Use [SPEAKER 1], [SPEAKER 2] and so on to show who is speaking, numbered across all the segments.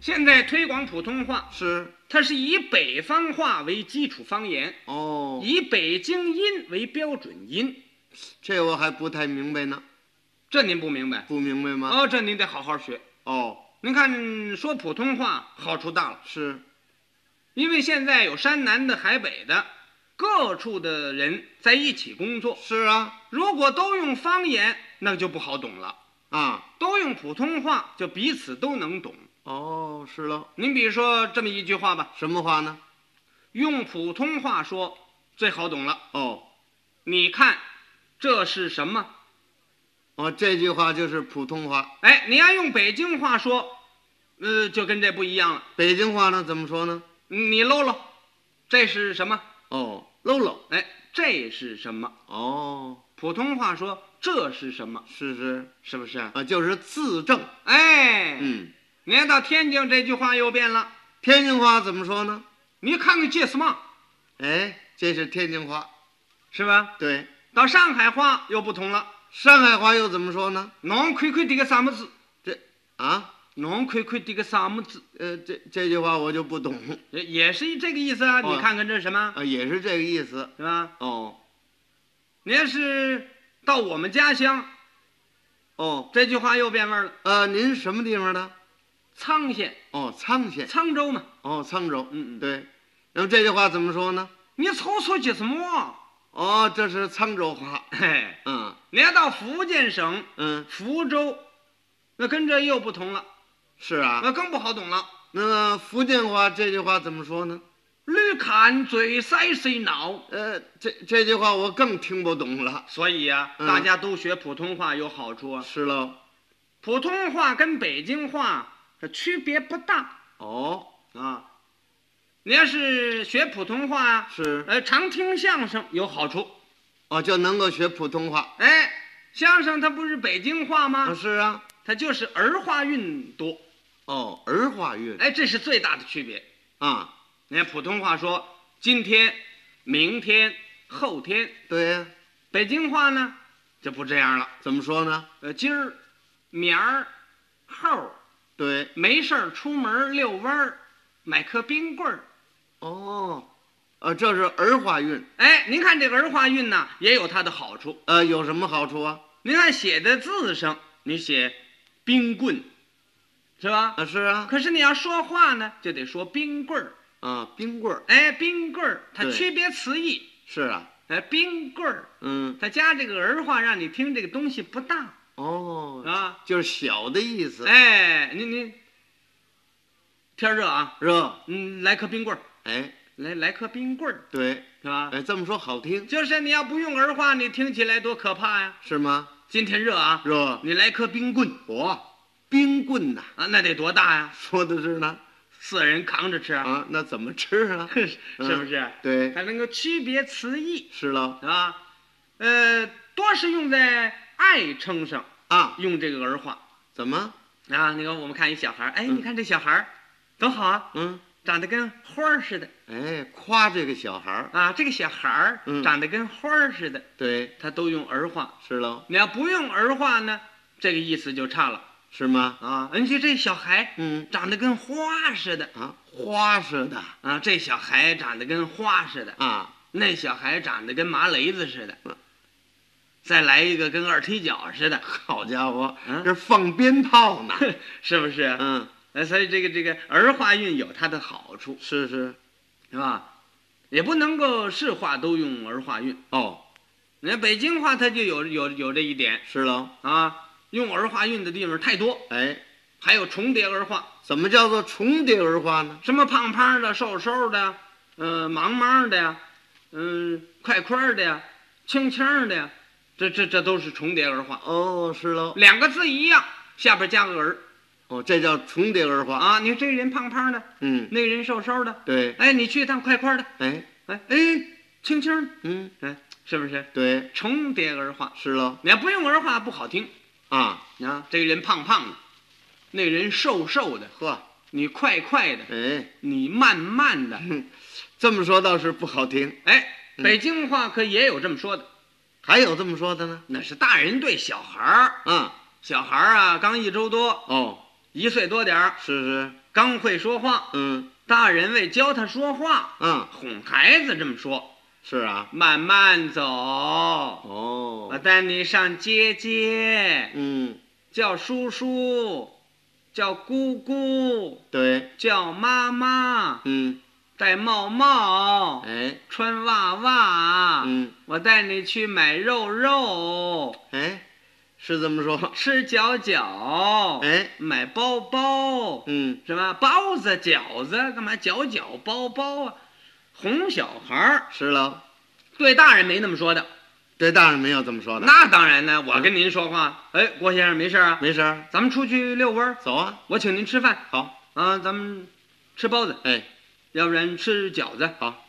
[SPEAKER 1] 现在推广普通话，
[SPEAKER 2] 是
[SPEAKER 1] 它是以北方话为基础方言，
[SPEAKER 2] 哦，
[SPEAKER 1] 以北京音为标准音。
[SPEAKER 2] 这我还不太明白呢，
[SPEAKER 1] 这您不明白？
[SPEAKER 2] 不明白吗？
[SPEAKER 1] 哦，这您得好好学。
[SPEAKER 2] 哦，
[SPEAKER 1] 您看，嗯说普通话好处大了，
[SPEAKER 2] 是
[SPEAKER 1] 因为现在有山南的、海北的，各处的人在一起工作。
[SPEAKER 2] 是啊
[SPEAKER 1] 如果都用方言，那就不好懂了；
[SPEAKER 2] 啊，
[SPEAKER 1] 都用普通话，就彼此都能懂。
[SPEAKER 2] 哦，是喽，
[SPEAKER 1] 您比如说这么一句话吧，
[SPEAKER 2] 什么话呢？
[SPEAKER 1] 用普通话说最好懂了。
[SPEAKER 2] 哦，
[SPEAKER 1] 你看，这是什么？
[SPEAKER 2] 哦，这句话就是普通话，
[SPEAKER 1] 哎，你要用北京话说，呃，就跟这不一样了。
[SPEAKER 2] 北京话呢怎么说呢？
[SPEAKER 1] 你喽喽，这是什么？
[SPEAKER 2] 哦，喽喽，
[SPEAKER 1] 哎，这是什么？
[SPEAKER 2] 哦，
[SPEAKER 1] 普通话说这是什么？
[SPEAKER 2] 是是
[SPEAKER 1] 是不是？
[SPEAKER 2] 啊，就是字正，
[SPEAKER 1] 哎，
[SPEAKER 2] 嗯，
[SPEAKER 1] 你看到天津这句话又变了。
[SPEAKER 2] 天津话怎么说呢？
[SPEAKER 1] 你看看这什么，
[SPEAKER 2] 哎，这是天津话，
[SPEAKER 1] 是吧？
[SPEAKER 2] 对，
[SPEAKER 1] 到上海话又不同了。
[SPEAKER 2] 上海话又怎么说呢？
[SPEAKER 1] 侬看看这个什么字？
[SPEAKER 2] 这啊，
[SPEAKER 1] 侬看看这个什么字？
[SPEAKER 2] 呃，这这句话我就不懂
[SPEAKER 1] 也也是这个意思啊。
[SPEAKER 2] 哦
[SPEAKER 1] 你看看这是什么，
[SPEAKER 2] 啊，也是这个意思。
[SPEAKER 1] 是吧？
[SPEAKER 2] 哦
[SPEAKER 1] 你要是到我们家乡，
[SPEAKER 2] 哦，
[SPEAKER 1] 这句话又变味儿了。
[SPEAKER 2] 呃，您什么地方的？
[SPEAKER 1] 沧县，
[SPEAKER 2] 哦，沧县。
[SPEAKER 1] 沧州嘛。
[SPEAKER 2] 哦，沧州。
[SPEAKER 1] 嗯嗯
[SPEAKER 2] 对。那么这句话怎么说呢？
[SPEAKER 1] 你瞅瞅这什么？
[SPEAKER 2] 哦，这是沧州话。
[SPEAKER 1] 嘿，
[SPEAKER 2] 嗯
[SPEAKER 1] 你要到福建省
[SPEAKER 2] 嗯，
[SPEAKER 1] 福州，那跟这又不同了，
[SPEAKER 2] 是啊。
[SPEAKER 1] 那更不好懂了。
[SPEAKER 2] 那么福建话这句话怎么说呢？
[SPEAKER 1] 绿砍嘴塞谁脑？
[SPEAKER 2] 呃，这这句话我更听不懂了。
[SPEAKER 1] 所以呀、
[SPEAKER 2] 嗯
[SPEAKER 1] 大家都学普通话有好处啊。
[SPEAKER 2] 是喽。
[SPEAKER 1] 普通话跟北京话这区别不大
[SPEAKER 2] 哦，
[SPEAKER 1] 啊。你要是学普通话啊，
[SPEAKER 2] 是。
[SPEAKER 1] 呃，常听相声有好处。
[SPEAKER 2] 哦，就能够学普通话。
[SPEAKER 1] 哎，相声它不是北京话
[SPEAKER 2] 啊，
[SPEAKER 1] 吗？
[SPEAKER 2] 是啊。
[SPEAKER 1] 它就是儿化韵多。
[SPEAKER 2] 哦，儿化韵。
[SPEAKER 1] 哎，这是最大的区别。
[SPEAKER 2] 啊，
[SPEAKER 1] 你看普通话说今天、明天、后天，
[SPEAKER 2] 对呀。
[SPEAKER 1] 北京话呢就不这样了。
[SPEAKER 2] 怎么说呢？
[SPEAKER 1] 呃，今儿、明儿、后儿，
[SPEAKER 2] 对。
[SPEAKER 1] 没事儿出门遛弯儿，买颗冰棍儿。
[SPEAKER 2] 哦，呃，这是儿化韵。
[SPEAKER 1] 哎，您看这个儿化韵呐，也有它的好处。
[SPEAKER 2] 呃，有什么好处啊？
[SPEAKER 1] 您看写的字上，你写冰棍，是吧？
[SPEAKER 2] 啊，是啊。
[SPEAKER 1] 可是你要说话呢，就得说冰棍儿。
[SPEAKER 2] 啊，冰棍儿。
[SPEAKER 1] 哎，冰棍儿，它
[SPEAKER 2] 对
[SPEAKER 1] 区别词义。
[SPEAKER 2] 是啊。
[SPEAKER 1] 哎，冰棍儿，
[SPEAKER 2] 嗯。
[SPEAKER 1] 它加这个儿化，让你听这个东西不大
[SPEAKER 2] 哦。
[SPEAKER 1] 啊。
[SPEAKER 2] 就是小的意思。
[SPEAKER 1] 哎，您您，天儿热啊，
[SPEAKER 2] 热，
[SPEAKER 1] 嗯，来颗冰棍儿，
[SPEAKER 2] 哎，
[SPEAKER 1] 来来颗冰棍儿，
[SPEAKER 2] 对，
[SPEAKER 1] 是吧？
[SPEAKER 2] 哎，这么说好听
[SPEAKER 1] 就是你要不用儿化，你听起来多可怕呀！
[SPEAKER 2] 是吗？
[SPEAKER 1] 今天热啊，
[SPEAKER 2] 热，
[SPEAKER 1] 你来颗冰棍
[SPEAKER 2] 我冰棍呐、
[SPEAKER 1] 啊，那得多大呀？
[SPEAKER 2] 说的是呢，
[SPEAKER 1] 四人扛着吃，？
[SPEAKER 2] 啊，那怎么吃啊
[SPEAKER 1] 是不是？
[SPEAKER 2] 对，
[SPEAKER 1] 它能够区别词义，
[SPEAKER 2] 是了
[SPEAKER 1] 是吧？呃，多是用在爱称上，
[SPEAKER 2] 啊，
[SPEAKER 1] 用这个儿化
[SPEAKER 2] 怎么？
[SPEAKER 1] 啊。你看，我们看一小孩儿，哎，
[SPEAKER 2] 嗯
[SPEAKER 1] 你看这小孩儿多好啊，
[SPEAKER 2] 嗯，
[SPEAKER 1] 长得跟花儿似的
[SPEAKER 2] 哎，夸这个小孩儿，
[SPEAKER 1] 啊。这个小孩儿
[SPEAKER 2] 嗯
[SPEAKER 1] 长得跟花儿似的，
[SPEAKER 2] 对，
[SPEAKER 1] 他都用儿化。
[SPEAKER 2] 是喽，
[SPEAKER 1] 你要不用儿化呢，这个意思就差了。
[SPEAKER 2] 是吗？
[SPEAKER 1] 啊，你说这小孩
[SPEAKER 2] 嗯，
[SPEAKER 1] 长得跟花似的
[SPEAKER 2] 啊，花似的
[SPEAKER 1] 啊，这小孩长得跟花似的，
[SPEAKER 2] 啊，
[SPEAKER 1] 那小孩长得跟麻雷子似的，再来一个跟二踢脚似的，
[SPEAKER 2] 好家伙，
[SPEAKER 1] 嗯
[SPEAKER 2] 这放鞭炮呢，
[SPEAKER 1] 是不是？
[SPEAKER 2] 嗯，
[SPEAKER 1] 呃所以这个这个儿化韵有它的好处，
[SPEAKER 2] 是是，
[SPEAKER 1] 是吧？也不能够是话都用儿化韵。
[SPEAKER 2] 哦，
[SPEAKER 1] 你看北京话它就有有有这一点
[SPEAKER 2] 是喽，
[SPEAKER 1] 啊，用儿化韵的地方太多，
[SPEAKER 2] 哎，
[SPEAKER 1] 还有重叠儿化，
[SPEAKER 2] 怎么叫做重叠儿化呢？
[SPEAKER 1] 什么胖胖的、瘦瘦的，呃，忙忙的呀，嗯、快快的呀，轻轻的呀，这这这都是重叠儿化，
[SPEAKER 2] 哦，是喽，
[SPEAKER 1] 两个字一样，下边加个儿
[SPEAKER 2] 哦，这叫重叠儿化，
[SPEAKER 1] 啊。你这个人胖胖的，
[SPEAKER 2] 嗯，
[SPEAKER 1] 那个人瘦瘦的，
[SPEAKER 2] 对，
[SPEAKER 1] 哎，你去一趟快快的，
[SPEAKER 2] 哎，
[SPEAKER 1] 哎哎，轻轻的，
[SPEAKER 2] 嗯，
[SPEAKER 1] 哎，是不是
[SPEAKER 2] 对，
[SPEAKER 1] 重叠儿化？
[SPEAKER 2] 是喽，
[SPEAKER 1] 你要不用儿化不好听
[SPEAKER 2] 啊，
[SPEAKER 1] 啊。这个人胖胖的，那个人瘦瘦的，
[SPEAKER 2] 呵，
[SPEAKER 1] 你快快的，
[SPEAKER 2] 哎，
[SPEAKER 1] 你慢慢的，
[SPEAKER 2] 这么说倒是不好听，
[SPEAKER 1] 哎，
[SPEAKER 2] 嗯
[SPEAKER 1] 北京话可也有这么说的。
[SPEAKER 2] 还有这么说的呢？
[SPEAKER 1] 那是大人对小孩儿，
[SPEAKER 2] 啊，
[SPEAKER 1] 小孩儿啊，刚一周多，
[SPEAKER 2] 哦，
[SPEAKER 1] 一岁多点儿，
[SPEAKER 2] 是是，
[SPEAKER 1] 刚会说话，
[SPEAKER 2] 嗯
[SPEAKER 1] 大人为教他说话，
[SPEAKER 2] 啊，
[SPEAKER 1] 哄孩子这么说，
[SPEAKER 2] 是啊，
[SPEAKER 1] 慢慢走，
[SPEAKER 2] 哦
[SPEAKER 1] 我，带你上街街，
[SPEAKER 2] 嗯，
[SPEAKER 1] 叫叔叔，叫姑姑，
[SPEAKER 2] 对，
[SPEAKER 1] 叫妈妈，
[SPEAKER 2] 嗯，
[SPEAKER 1] 戴帽帽，
[SPEAKER 2] 哎，
[SPEAKER 1] 穿袜袜，
[SPEAKER 2] 嗯，
[SPEAKER 1] 我带你去买肉肉，
[SPEAKER 2] 哎，是这么说，
[SPEAKER 1] 吃饺饺，
[SPEAKER 2] 哎，
[SPEAKER 1] 买包包，
[SPEAKER 2] 嗯，
[SPEAKER 1] 什么包子、饺子，干嘛饺饺包包啊？哄小孩儿，
[SPEAKER 2] 是喽，
[SPEAKER 1] 对大人没那么说的。
[SPEAKER 2] 对大人没有这么说的，
[SPEAKER 1] 那当然呢，我跟您说话，哎，郭先生没事啊，
[SPEAKER 2] 没事儿，
[SPEAKER 1] 咱们出去遛弯儿，
[SPEAKER 2] 走啊，
[SPEAKER 1] 我请您吃饭
[SPEAKER 2] 好，
[SPEAKER 1] 啊，咱们吃包子，
[SPEAKER 2] 哎，
[SPEAKER 1] 要不然吃饺子。
[SPEAKER 2] 好，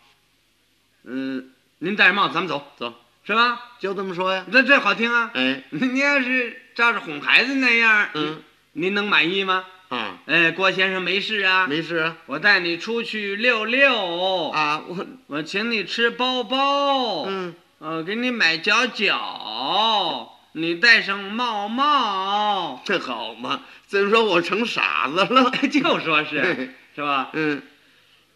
[SPEAKER 1] 嗯，您戴着帽子，咱们走，
[SPEAKER 2] 走，
[SPEAKER 1] 是吧？
[SPEAKER 2] 就这么说呀，
[SPEAKER 1] 这这好听啊。
[SPEAKER 2] 哎，
[SPEAKER 1] 您要是照着哄孩子那样，
[SPEAKER 2] 嗯，
[SPEAKER 1] 您能满意吗？
[SPEAKER 2] 啊，
[SPEAKER 1] 哎，郭先生没事啊，
[SPEAKER 2] 没事啊，
[SPEAKER 1] 我带你出去溜溜，
[SPEAKER 2] 啊，我，
[SPEAKER 1] 我请你吃包包，
[SPEAKER 2] 嗯，
[SPEAKER 1] 我给你买脚脚，你戴上帽 帽，
[SPEAKER 2] 这好嘛，怎么说我成傻子了？
[SPEAKER 1] 就说是啊是吧？
[SPEAKER 2] 嗯，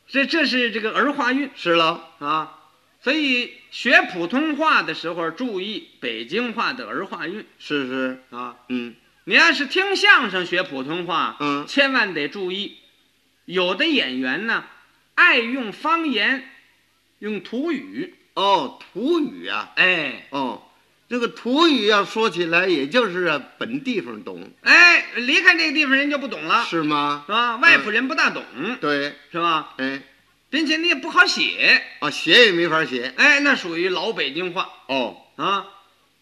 [SPEAKER 1] 这这是这个儿化韵
[SPEAKER 2] 是喽，
[SPEAKER 1] 啊，所以学普通话的时候注意北京话的儿化韵
[SPEAKER 2] 是是，
[SPEAKER 1] 啊。
[SPEAKER 2] 嗯
[SPEAKER 1] 你要是听相声学普通话，
[SPEAKER 2] 嗯，
[SPEAKER 1] 千万得注意，有的演员呢爱用方言，用土语，
[SPEAKER 2] 哦，土语啊。
[SPEAKER 1] 哎
[SPEAKER 2] 哦，这个土语要说起来，也就是啊本地方懂，
[SPEAKER 1] 哎，离开这个地方人就不懂了，
[SPEAKER 2] 是吗
[SPEAKER 1] 是？吧？外府人不大懂，
[SPEAKER 2] 对，
[SPEAKER 1] 是吧？
[SPEAKER 2] 哎，
[SPEAKER 1] 并且你也不好写，
[SPEAKER 2] 啊，写也没法写。
[SPEAKER 1] 哎，那属于老北京话
[SPEAKER 2] 哦，
[SPEAKER 1] 啊。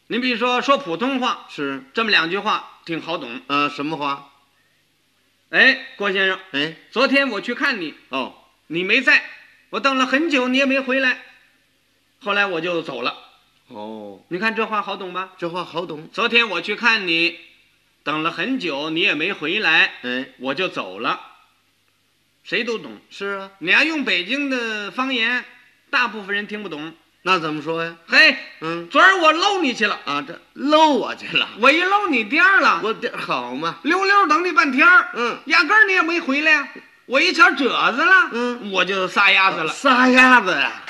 [SPEAKER 1] 你比如说说普通话，
[SPEAKER 2] 是，
[SPEAKER 1] 这么两句话挺好懂。
[SPEAKER 2] 啊，什么话？
[SPEAKER 1] 哎，郭先生，
[SPEAKER 2] 哎，
[SPEAKER 1] 昨天我去看你，
[SPEAKER 2] 哦，
[SPEAKER 1] 你没在，我等了很久，你也没回来，后来我就走了。
[SPEAKER 2] 哦，
[SPEAKER 1] 你看这话好懂吧？
[SPEAKER 2] 这话好懂。
[SPEAKER 1] 昨天我去看你，等了很久，你也没回来，
[SPEAKER 2] 哎，
[SPEAKER 1] 我就走了。谁都懂，
[SPEAKER 2] 是啊，
[SPEAKER 1] 你要用北京的方言，大部分人听不懂。
[SPEAKER 2] 那怎么说呀？
[SPEAKER 1] 嘿，
[SPEAKER 2] 嗯，
[SPEAKER 1] 昨儿我搂你去了，
[SPEAKER 2] 啊，这搂我去了，
[SPEAKER 1] 我一搂你颠儿了，
[SPEAKER 2] 我这好嘛？
[SPEAKER 1] 溜溜等你半天儿，
[SPEAKER 2] 嗯，
[SPEAKER 1] 压根儿你也没回来呀。我一瞧褶子了，
[SPEAKER 2] 嗯
[SPEAKER 1] 我就撒丫子了。
[SPEAKER 2] 撒丫子呀、